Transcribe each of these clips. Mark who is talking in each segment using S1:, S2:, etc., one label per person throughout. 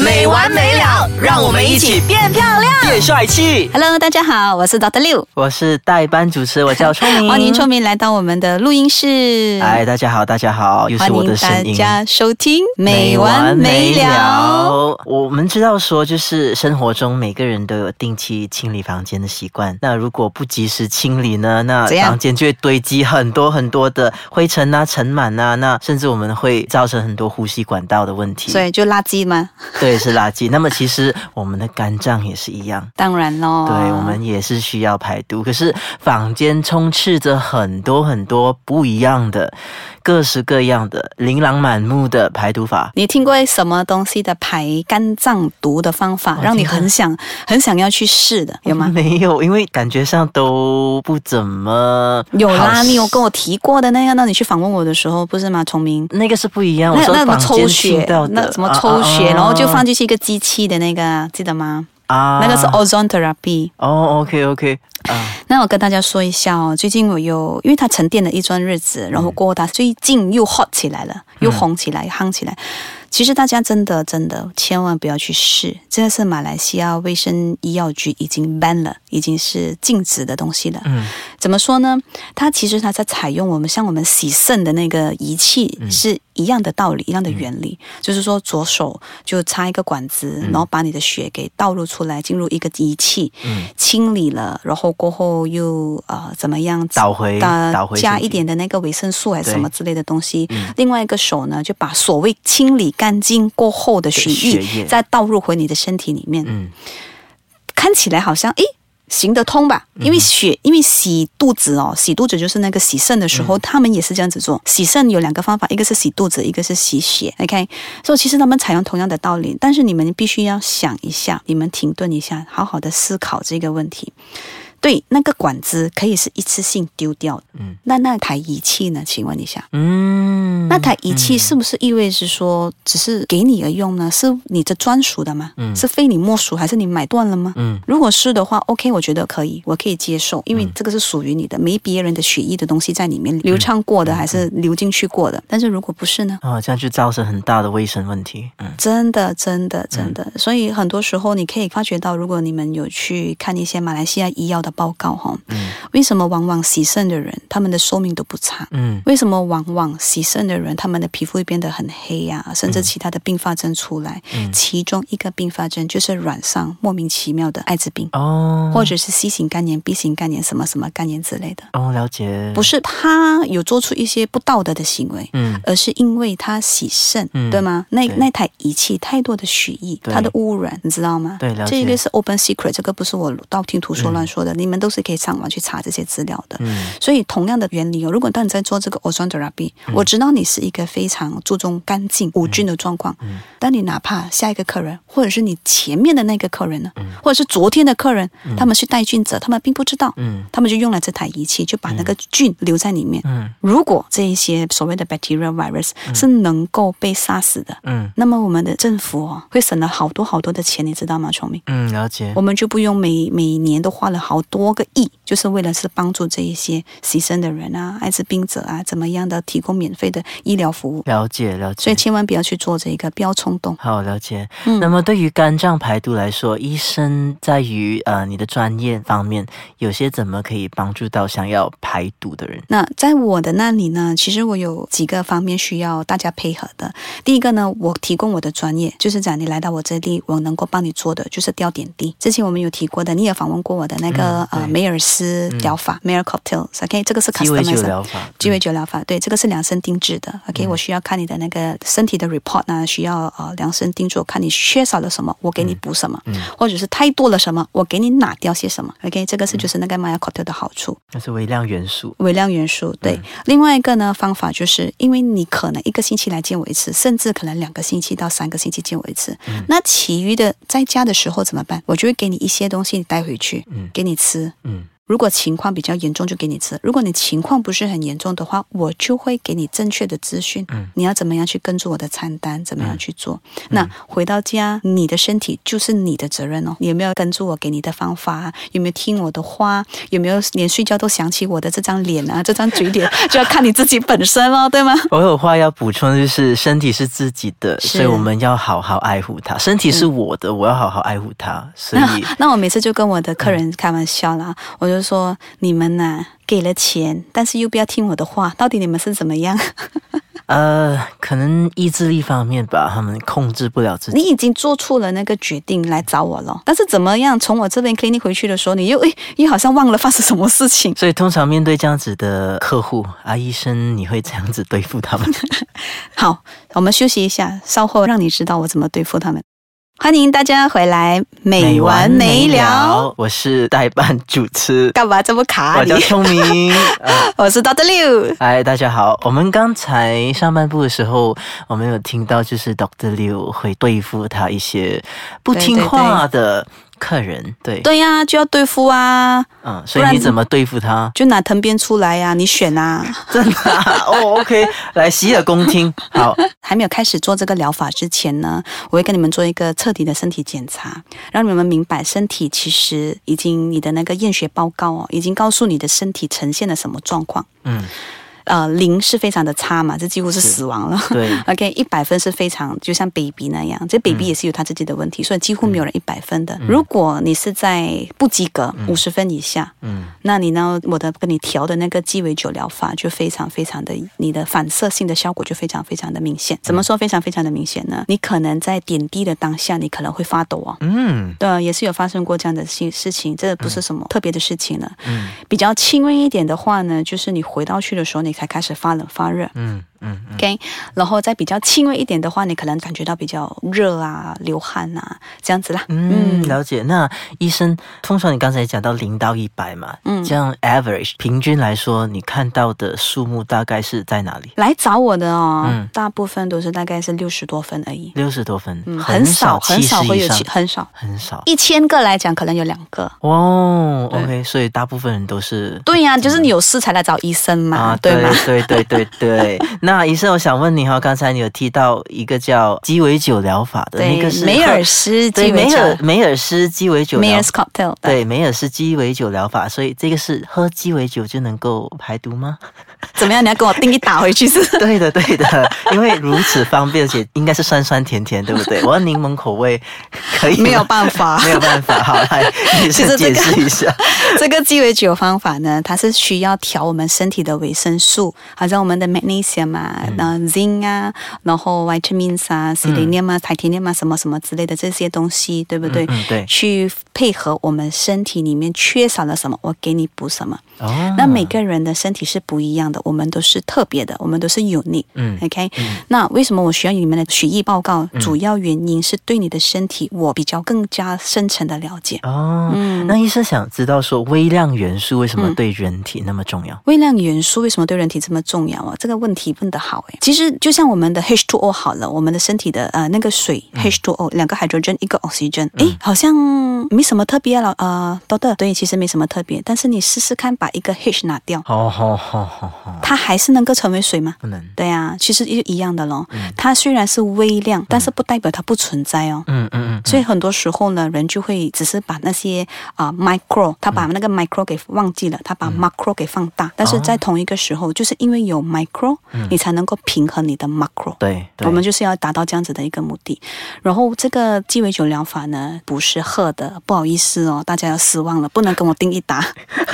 S1: 没完没了，让我们一起变漂亮。
S2: 变帅气。
S3: Hello，大家好，我是 Dr. 六，
S2: 我是代班主持，我叫聪明。
S3: 欢迎聪明来到我们的录音室。
S2: 嗯哎，大家好，大家好，又
S3: 欢
S2: 是我
S3: 迎
S2: 的声
S3: 大
S2: 音。
S3: 家收听《没完没了》。
S2: 我们知道说，就是生活中每个人都有定期清理房间的习惯。那如果不及时清理呢，那
S3: 怎样
S2: 房间就会堆积很多很多的灰尘啊、尘螨啊，那甚至我们会造成很多呼吸管道的问题。
S3: 所以就垃圾吗？
S2: 对，是垃圾。那么其实我们的肝脏也是一样。
S3: 当然咯。
S2: 对，我们也是需要排毒。可是坊间充斥着很多很多不一样的、各式各样的、琳琅满目的排毒法。
S3: 你听过什么东西的排肝脏毒的方法，
S2: 我
S3: 让
S2: 哦
S3: 你
S2: 听过嗯
S3: 很想很想要去试的，有 吗？
S2: 没有，因为感觉上都不怎么
S3: 有
S2: 好
S3: 啦，
S2: 使
S3: 你有跟我提过的那个，那你去访问我的时候不是吗？崇明。
S2: 那个是不一样。我
S3: 那
S2: 说
S3: 那什么
S2: 坊
S3: 抽
S2: 间听
S3: 血
S2: 到，的
S3: 那什么抽血，
S2: 啊啊
S3: 然后就放进去一个机器的那个啊，记得吗？
S2: 啊，
S3: 那个是 ozone therapy。
S2: 哦，OK OK 啊，
S3: 那我跟大家说一下哦，最近我有，因为它沉淀了一段日子，然后过后它最近又 hot 起来了，又红起来、夯起来。其实大家真的真的千万不要去试，这个是马来西亚卫生医药局已经 ban 了，已经是禁止的东西了。
S2: 嗯，
S3: 怎么说呢？它其实它在采用我们像我们洗肾的那个仪器
S2: 嗯
S3: 是一样的道理，一样的原理，就是说左手就插一个管子，然后把你的血给倒入出来，进入一个仪器，
S2: 嗯
S3: 清理了，然后过后又呃怎么样？
S2: 倒回
S3: 呃
S2: 倒回
S3: 加
S2: 身体
S3: 一点的那个维生素还是
S2: 对嗯
S3: 什么之类的东西，另外一个手呢就把所谓清理干净过后的血
S2: 血
S3: 液
S2: 液
S3: 再倒入回你的身体里面，
S2: 嗯
S3: 看起来好像诶行得通吧？
S2: 嗯
S3: 因为血，因为洗肚子哦，洗肚子就是那个洗肾的时
S2: 嗯
S3: 候，他们也是这样子做。洗肾有两个方法，一个是洗肚子，一个是洗血。OK，所以其实他们采用同样的道理，但是你们必须要想一下，你们停顿一下，好好的思考这个问题。对，那个管子可以是一次性丢掉的。
S2: 嗯，
S3: 那那台仪器呢？请问一下，
S2: 嗯，
S3: 那台仪器是不是意味着说，只是给你而用呢？是你的专属的吗？
S2: 嗯
S3: 是非你莫属，还是你买断了吗？
S2: 嗯
S3: 如果是的话，OK，我觉得可以，我可以接受，因为这个是属于你的，没别人的血液的东西在里
S2: 嗯
S3: 面流畅过的，还是流进去过的。但是如果不是呢？
S2: 哦，这样就造成很大的卫生问题。嗯
S3: 真的，真的，真的，所以很多时候你可以发觉到，如果你们有去看一些马来西亚医药的报告，哈，
S2: 嗯
S3: 为什么往往洗肾的人他们的寿命都不长？
S2: 嗯
S3: 为什么往往洗肾的人，他们的皮肤会变得很黑呀、甚至其他的并发症出来？
S2: 嗯
S3: 其中一个并发症就是染上莫名其妙的艾滋病，
S2: 哦，
S3: 或者是 C 型肝炎、B 型肝炎什么什么肝炎之类的。
S2: 哦了解，
S3: 不是他有做出一些不道德的行为，
S2: 嗯
S3: 而是因为他洗肾，
S2: 嗯
S3: 对吗？那
S2: 对
S3: 那台仪器太多的血液，
S2: 对
S3: 它的污染，你知道吗？
S2: 对了解
S3: 这一类是 open secret，这个不是我道听途说乱说的，你们都是可以上网去查这些资料的。
S2: 嗯
S3: 所以同样的原理哦，如果当你在做这个 ozone therapy，、我
S2: 嗯
S3: 知道你是一个非常注重干净无菌的状况，
S2: 嗯
S3: 但你哪怕下一个客人，或者是你前面的那个客人呢，
S2: 嗯
S3: 或者是昨天的客人，他们是带菌者，他们并不知道，
S2: 嗯
S3: 他们就用了这台仪器，就把那个菌留在里面。
S2: 嗯
S3: 如果这一些所谓的 bacteria virus 是能够被杀死的，
S2: 嗯
S3: 那么我们的政府哦会省了好多好多的钱，你知道吗，聪明？
S2: 嗯了解
S3: 我，们就不用每每年都花了好多个亿，就是为了是帮助这一些牺牲的人啊、艾滋病者啊怎么样的提供免费的医疗服务。
S2: 了解了
S3: 所
S2: 解
S3: 以。千万不要去做这个，不要冲动。
S2: 好，了解。
S3: 嗯
S2: 那么对于肝脏排毒来说，医生在于呃你的专业方面，有些怎么可以帮助到想要排毒的人？
S3: 那在我的那里呢，其实我有几个方面需要大家配合的。第一个呢，我提供我的专业，就是讲你来到我这里，我能够帮你做的就是吊点滴。之前我们有提过的，你也访问过我的那个、
S2: 嗯
S3: 呃
S2: 对
S3: 梅尔斯疗法、梅尔 cocktails，OK，、这个是
S2: 鸡尾酒
S3: customized
S2: 疗法，嗯
S3: 鸡尾酒疗法，对，这个是量身定制的。OK，、我需要看你的那个身体的 report 呢，需要呃量身定做，看你缺少了什么，我给你补什么，
S2: 嗯
S3: 或者是太多了什么，我给你拿掉些什么。OK，这个是
S2: 嗯
S3: 就是那个 Maya Cocktail 的好处，
S2: 那是微量元素。
S3: 微量元素。对，
S2: 嗯
S3: 另外一个呢方法就是，因为你可能一个星期来见我一次，甚至可能两个星期到三个星期见我一次，
S2: 嗯
S3: 那其余的在家的时候怎么办？我就会给你一些东西带回去，
S2: 嗯
S3: 给你吃，
S2: 嗯
S3: 如果情况比较严重，就给你吃；如果你情况不是很严重的话，我就会给你正确的资讯。
S2: 嗯，
S3: 你要怎么样去跟住我的餐单，怎么样去做？那回到家，你的身体就是你的责任哦。你有没有跟住我给你的方法啊？有没有听我的话？有没有连睡觉都想起我的这张脸啊？这张嘴脸 就要看你自己本身哦，对吗？
S2: 我有话要补充，就是身体是自己的，
S3: 是嗯
S2: 所以我们要好好爱护它。身体是我的，我要好好爱护它。所 以，
S3: 那我每次就跟我的客人开玩笑啦，我就说你们呐、给了钱，但是又不要听我的话，到底你们是怎么样？
S2: 呃，可能意志力方面吧，他们控制不了自己。
S3: 你已经做出了那个决定来找我了，但是怎么样从我这边 clinic 回去的时候，你又 诶又好像忘了发生什么事情。
S2: 所以，通常面对这样子的客户啊，医生，你会这样子对付他们？
S3: 好，我们休息一下，稍后让你知道我怎么对付他们。欢迎大家回来， 美完没了，，
S2: 我是代班主持，
S3: 干嘛这么卡
S2: 我
S3: 你
S2: 叫？聪明。 呃
S3: 我是 Doctor 六，
S2: 嗨，大家好！我们刚才上半部的时候，我们有听到就是 Doctor Liu 会对付他一些不听话的客人，对，
S3: 对呀、就要对付啊，
S2: 嗯，所以你怎么对付他？
S3: 就拿藤鞭出来呀、你选啊。
S2: 真的啊、哦，OK，来洗耳恭听。好，
S3: 还没有开始做这个疗法之前呢，我会跟你们做一个彻底的身体检查，让你们明白身体其实已经你的那个验血报告哦，已经告诉你的身体呈现了什么状况。
S2: 嗯，
S3: 呃，零是非常的差嘛，这几乎是
S2: 是
S3: 死亡了。
S2: 对，
S3: OK，一百分是非常就像 baby 那样，这 baby 也是有他自己的问题，所以几乎没有人一百分的。如果你是在不及格五十、50分以下，
S2: 嗯，
S3: 那你呢？我的跟你调的那个鸡尾酒疗法就非常非常的，你的反射性的效果就非常非常的明显。怎么说非常非常的明显呢？你可能在点滴的当下，你可能会发抖哦。
S2: 嗯，
S3: 对，也是有发生过这样的事事情，这不是什么特别的事情了。嗯，比较轻微一点的话呢，就是你回到去的时候，你才开始发冷发热。
S2: 嗯，嗯，嗯
S3: OK，然后再比较轻微一点的话，你可能感觉到比较热啊、流汗啊这样子啦。
S2: 嗯，了解。那医生，通常你刚才讲到零到一百嘛，嗯，这样 average 平均来说，你看到的数目大概是在哪里？
S3: 来找我的哦，
S2: 嗯
S3: 大部分都是大概是六十多分而已，
S2: 六十多分，
S3: 嗯，很少很
S2: 70
S3: 少会
S2: 以
S3: 有
S2: 上
S3: 其，很少，
S2: 很少。
S3: 一千个来讲可能有两个。
S2: 哦、
S3: 对
S2: o k 所以大部分人都是啊
S3: 对呀、就是你有事才来找医生嘛，对吗？
S2: 对对对 对对。那医生，我想问你哈，刚才你有提到一个叫鸡尾酒疗法的那个是
S3: 梅尔斯
S2: 对
S3: 鸡尾
S2: 梅
S3: 酒
S2: 尔梅尔斯鸡尾酒疗
S3: ，Mayer's cocktail，对，嗯
S2: 对梅尔斯鸡尾酒疗法，所以这个是喝鸡尾酒就能够排毒吗？
S3: 怎么样？你要跟我定义打回去 是？
S2: 对的对的，因为如此方便，而且应该是酸酸甜甜，对不对？我要柠檬口味，可以吗
S3: 没有办法，
S2: 没有办法，好来，你
S3: 其
S2: 先
S3: 实这
S2: 解
S3: 个
S2: 释一下。
S3: 这个鸡尾酒方法呢，它是需要调我们身体的维生素，好像我们的 magnesium 啊，
S2: 嗯
S3: 然后 zinc 啊，然后 vitamins 啊，selenium 啊，titanium 啊，什么什么之类的这些东西，对不对？
S2: 嗯嗯对
S3: 去配合我们身体里面缺少了什么，我给你补什么。
S2: 哦
S3: 那每个人的身体是不一样的，我们都是特别的，我们都是 unique。
S2: 嗯
S3: OK，、那为什么我需要你们的血液报告？主要原因是对你的身体，我比较更加深层的了解。
S2: 哦，那医生想知道说微量元素为什么对人体那么重要？
S3: 微量元素为什么对人体这么重要啊？这个问题问得好欸诶。其实就像我们的 H2O 好了，我们的身体的呃那个水
S2: 嗯
S3: H2O 两个 hydrogen 一个 oxygen，诶，好像没什么特别了呃，都的对，其实没什么特别。但是你试试看把一个 H 拿掉，
S2: 好嗯好好好好，
S3: 它还是能够成为水吗？
S2: 不能。
S3: 对啊，其实就一样的咯。
S2: 嗯
S3: 它虽然是微量，但是不代表它不存在哦。
S2: 嗯嗯嗯，
S3: 所以很多时候呢，人就会只是把那些啊、micro，他
S2: 嗯
S3: 把那个 micro 给忘记了，他把 macro 给放大。
S2: 哦
S3: 但是在同一个时候，就是因为有 micro，、你才能够平衡你的 macro。
S2: 对嗯对，
S3: 我们就是要达到这样子的一个目的。然后这个鸡尾酒疗法呢，不是喝的，不好意思哦，大家要失望了，不能跟我定一打，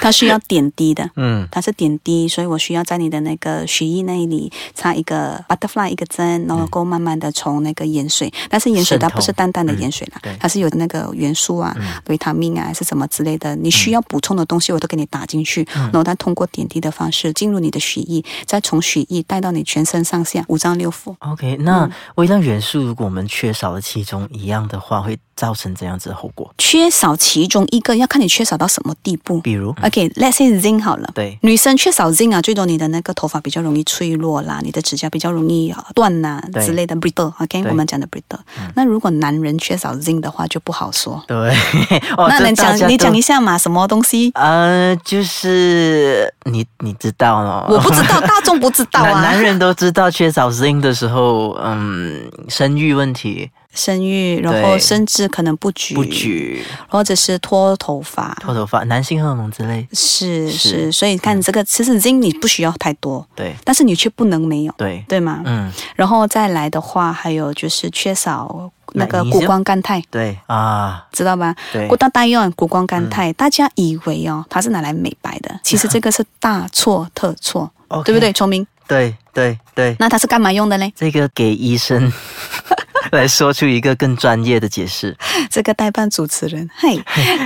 S3: 它需要点滴的。
S2: 嗯
S3: 它是点滴，所以我需要在你的那个血液那里插一个 butterfly 一个针，然后够慢慢的从那个盐水，但是盐水它
S2: 嗯渗透嗯
S3: 不是淡淡的盐水啦，
S2: 对嗯
S3: 它是有那个元素啊、维他命啊，还是什么之类的，你需要补充的东西我都给你打进去，
S2: 嗯
S3: 然后它通过点滴的方式进入你的血液，再从血液带到你全身上下五脏六腑。
S2: ，OK，那微量元素如果我们缺少了其中一样的话，会造成怎样子的后果？
S3: 缺少其中一个，要看你缺少到什么地步。
S2: 比如，
S3: OK，let's、say zinc 好了。
S2: 对
S3: 女生缺少 zinc 病啊，最多你的那个头发比较容易脆弱啦，你的指甲比较容易呃断呐、
S2: 对
S3: 之类的 brittle。OK，
S2: 对嗯
S3: 我们讲的 brittle、那如果男人缺少 zinc 的话，就不好说。
S2: 对，哦
S3: 那
S2: 这
S3: 能
S2: 大家
S3: 讲你
S2: 都
S3: 讲一下嘛？什么东西？
S2: 呃，就是你你知道哦，
S3: 我不知道，大众不知道
S2: 男
S3: 啊。
S2: 男人都知道缺少 zinc 的时候，嗯，生育问题、
S3: 生育，然后
S2: 对
S3: 甚至可能不举，
S2: 不举、
S3: 或者是脱头发。
S2: 脱头发、男性荷尔蒙之类，
S3: 是
S2: 是嗯
S3: 是，所以看这个，其实 zinc 你不需要太多，
S2: 对
S3: 但是你却不能没有，
S2: 对，
S3: 对吗？
S2: 嗯，
S3: 然后再来的话，还有就是缺少那个
S2: magnesium
S3: 谷胱甘肽，
S2: 对啊，
S3: 知道吧？
S2: 对
S3: 谷大大用谷胱甘肽，大家以为哦，它是拿来美白的，其实这个是大错特错，
S2: 嗯 OK
S3: 对不对？聪明，
S2: 对对对，
S3: 那它是干嘛用 的嘞？
S2: 这个给医生 来说出一个更专业的解释。
S3: 这个代办主持人， 嘿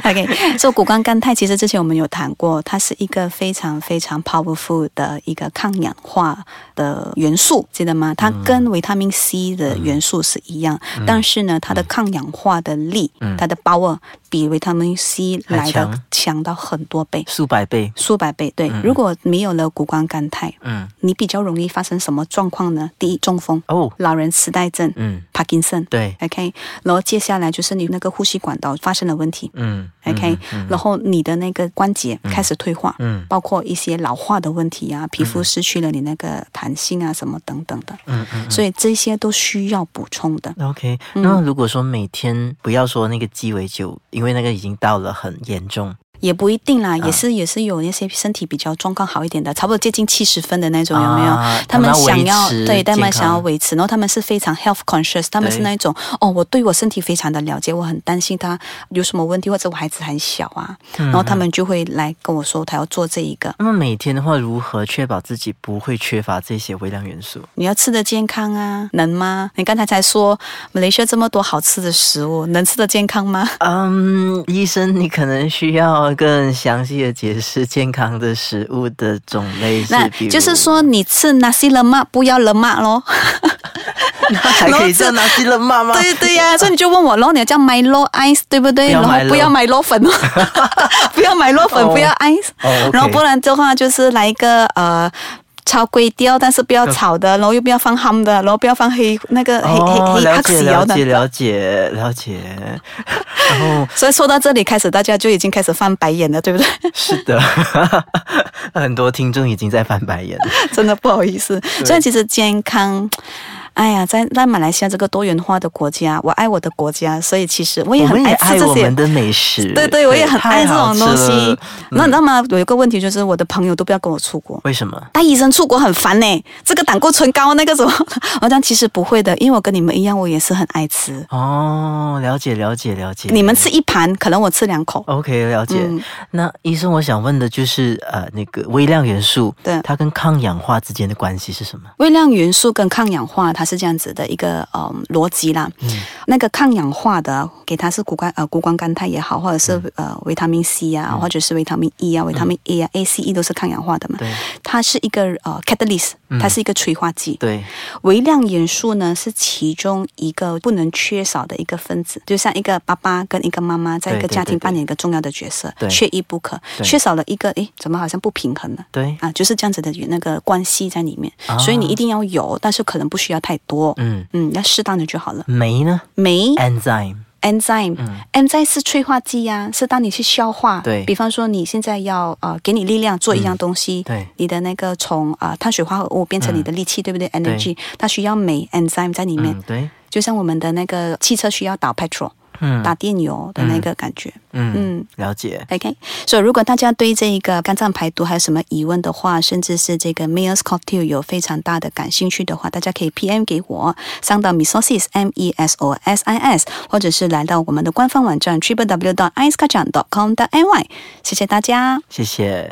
S3: ，OK，所以谷胱甘肽其实之前我们有谈过，它是一个非常非常 powerful 的一个抗氧化的元素，记得
S2: 嗯
S3: 吗？它跟维他命 C 的元素是一样，但是呢，它的抗氧化的力，它的 power 比维他命 C
S2: 嗯还
S3: 来的
S2: 强
S3: 强到很多倍。
S2: 数百倍，
S3: 数百倍，对。如果没有了谷胱甘肽，
S2: 嗯，
S3: 你比较容易发生什么状况呢？第一，中风，
S2: 哦，
S3: 老人痴呆症，
S2: 嗯，
S3: 帕金森，
S2: 对，
S3: OK，然后接下来就是你那个呼吸管道发生了问题
S2: 嗯
S3: ，OK，、然后你的那个关节开始退化，
S2: 嗯
S3: 包括一些老化的问题啊，皮肤失去了你那个弹性啊，什么等等的，
S2: 嗯嗯
S3: 所以这些都需要补充的。
S2: ，OK。那如果说每天不要说那个鸡尾酒，因为那个已经到了很严重，
S3: 也不一定啦，
S2: 嗯
S3: 也是也是有那些身体比较状况好一点的，差不多接近七十分的那种，有没有？
S2: 啊
S3: 他们想
S2: 他
S3: 要
S2: 们要维持
S3: 对，他
S2: 健
S3: 们
S2: 康
S3: 想要维持，然后他们是非常 health conscious，他们
S2: 对
S3: 是那一种哦，我对我身体非常的了解，我很担心他有什么问题，或者我孩子很小啊，
S2: 嗯
S3: 然后他们就会来跟我说他要做这一个，
S2: 那么每天的话，如何确保自己不会缺乏这些微量元素？
S3: 你要吃的健康啊，能吗？你刚才才说马来西亚这么多好吃的食物，能吃的健康吗？
S2: 嗯，医生，你可能需要更详细的解释健康的食物的种类是，
S3: 那
S2: 比如
S3: 就是，说你吃那些了吗？不要了吗咯？
S2: 还可以叫拿西冷妈妈。
S3: 对对呀、所以你就问我咯，你要叫 Milo ice 对不对？
S2: 不要
S3: 然后
S2: Milo
S3: 不要 Milo 粉哦，不要 Milo 粉，
S2: 哦
S3: 不要 ice，、
S2: 哦，OK
S3: 然后不然的话就是来一个呃。超规调，但是不要炒的，然后又不要放 ham 的，然后不要放黑那个黑、
S2: 哦，
S3: 黑黑
S2: 了
S3: 黑
S2: 解
S3: 黑
S2: 了
S3: 的
S2: 解。了解了解， 哦然后
S3: 所以说到这里开始，大家就已经开始翻白眼了，对不对？
S2: 是的， 很多听众已经在翻白眼了。
S3: 真的不好意思。所以其实健康，哎呀，在在马来西亚这个多元化的国家，我爱我的国家，所以其实我也
S2: 我
S3: 很
S2: 们也
S3: 爱
S2: 爱
S3: 吃这
S2: 我
S3: 些
S2: 们。的美食，
S3: 对对，我也很爱
S2: 太
S3: 这
S2: 好
S3: 种
S2: 吃
S3: 东西
S2: 了。嗯
S3: 那你知道吗？有一个问题就是，我的朋友都不要跟我出国。
S2: 为什么？
S3: 带医生出国很烦呢、这个胆固醇高，那个什么，我讲其实不会的，因为我跟你们一样，我也是很爱吃。
S2: 哦，了解了解了解。
S3: 你们吃一盘，可能我吃两口。
S2: OK，了解。
S3: 嗯
S2: 那医生，我想问的就是，呃，那个微量元素，
S3: 对
S2: 它跟抗氧化之间的关系是什么？
S3: 微量元素跟抗氧化，它是这样子的一个嗯逻辑啦。那个抗氧化的，给它是谷胱呃谷胱甘肽也好，或者是、
S2: 嗯
S3: 呃维他命 C 啊，或者是维他命 E 啊、维他命 A 啊、A、C、E 都是抗氧化的嘛。
S2: 对嗯
S3: 它是一个呃 catalyst，它是一个催化剂。
S2: 对，
S3: 微量元素呢是其中一个不能缺少的一个分子，就像一个爸爸跟一个妈妈在一
S2: 对
S3: 个
S2: 对
S3: 家庭
S2: 对对
S3: 扮演一个重要的角色
S2: 对，
S3: 缺一不可。
S2: 对
S3: 缺少了一个，诶，怎么好像不平衡呢？
S2: 对，
S3: 啊，就是这样子的那个关系在里面，
S2: 啊
S3: 所以你一定要有，但是可能不需要太多，
S2: 嗯，
S3: 嗯，要适当的就好了。
S2: 酶呢
S3: 酶
S2: ？enzyme，
S3: enzyme、enzyme 是催化剂呀、是当你去消化，
S2: 嗯对嗯
S3: 比方说你现在要呃给你力量做一样东西，
S2: 对
S3: 你的那个从啊、呃碳水化合物变成你的力气，对不对？energy 它需要酶 enzyme 在里面，
S2: 嗯，对，
S3: 就像我们的那个汽车需要打
S2: 嗯
S3: petrol、打电油的那个感觉，
S2: 嗯，
S3: 嗯
S2: 了解。
S3: OK，所以如果大家对这一个肝脏排毒还有什么疑问的话，甚至是这个 Mayer's Cocktail 有非常大的感兴趣的话，大家可以 PM 给我，上到 Mesosis M E S O S I S，或者是来到我们的官方网站 triple w dot i c e k a c a n dot com dot n y。谢谢大家。
S2: 谢谢。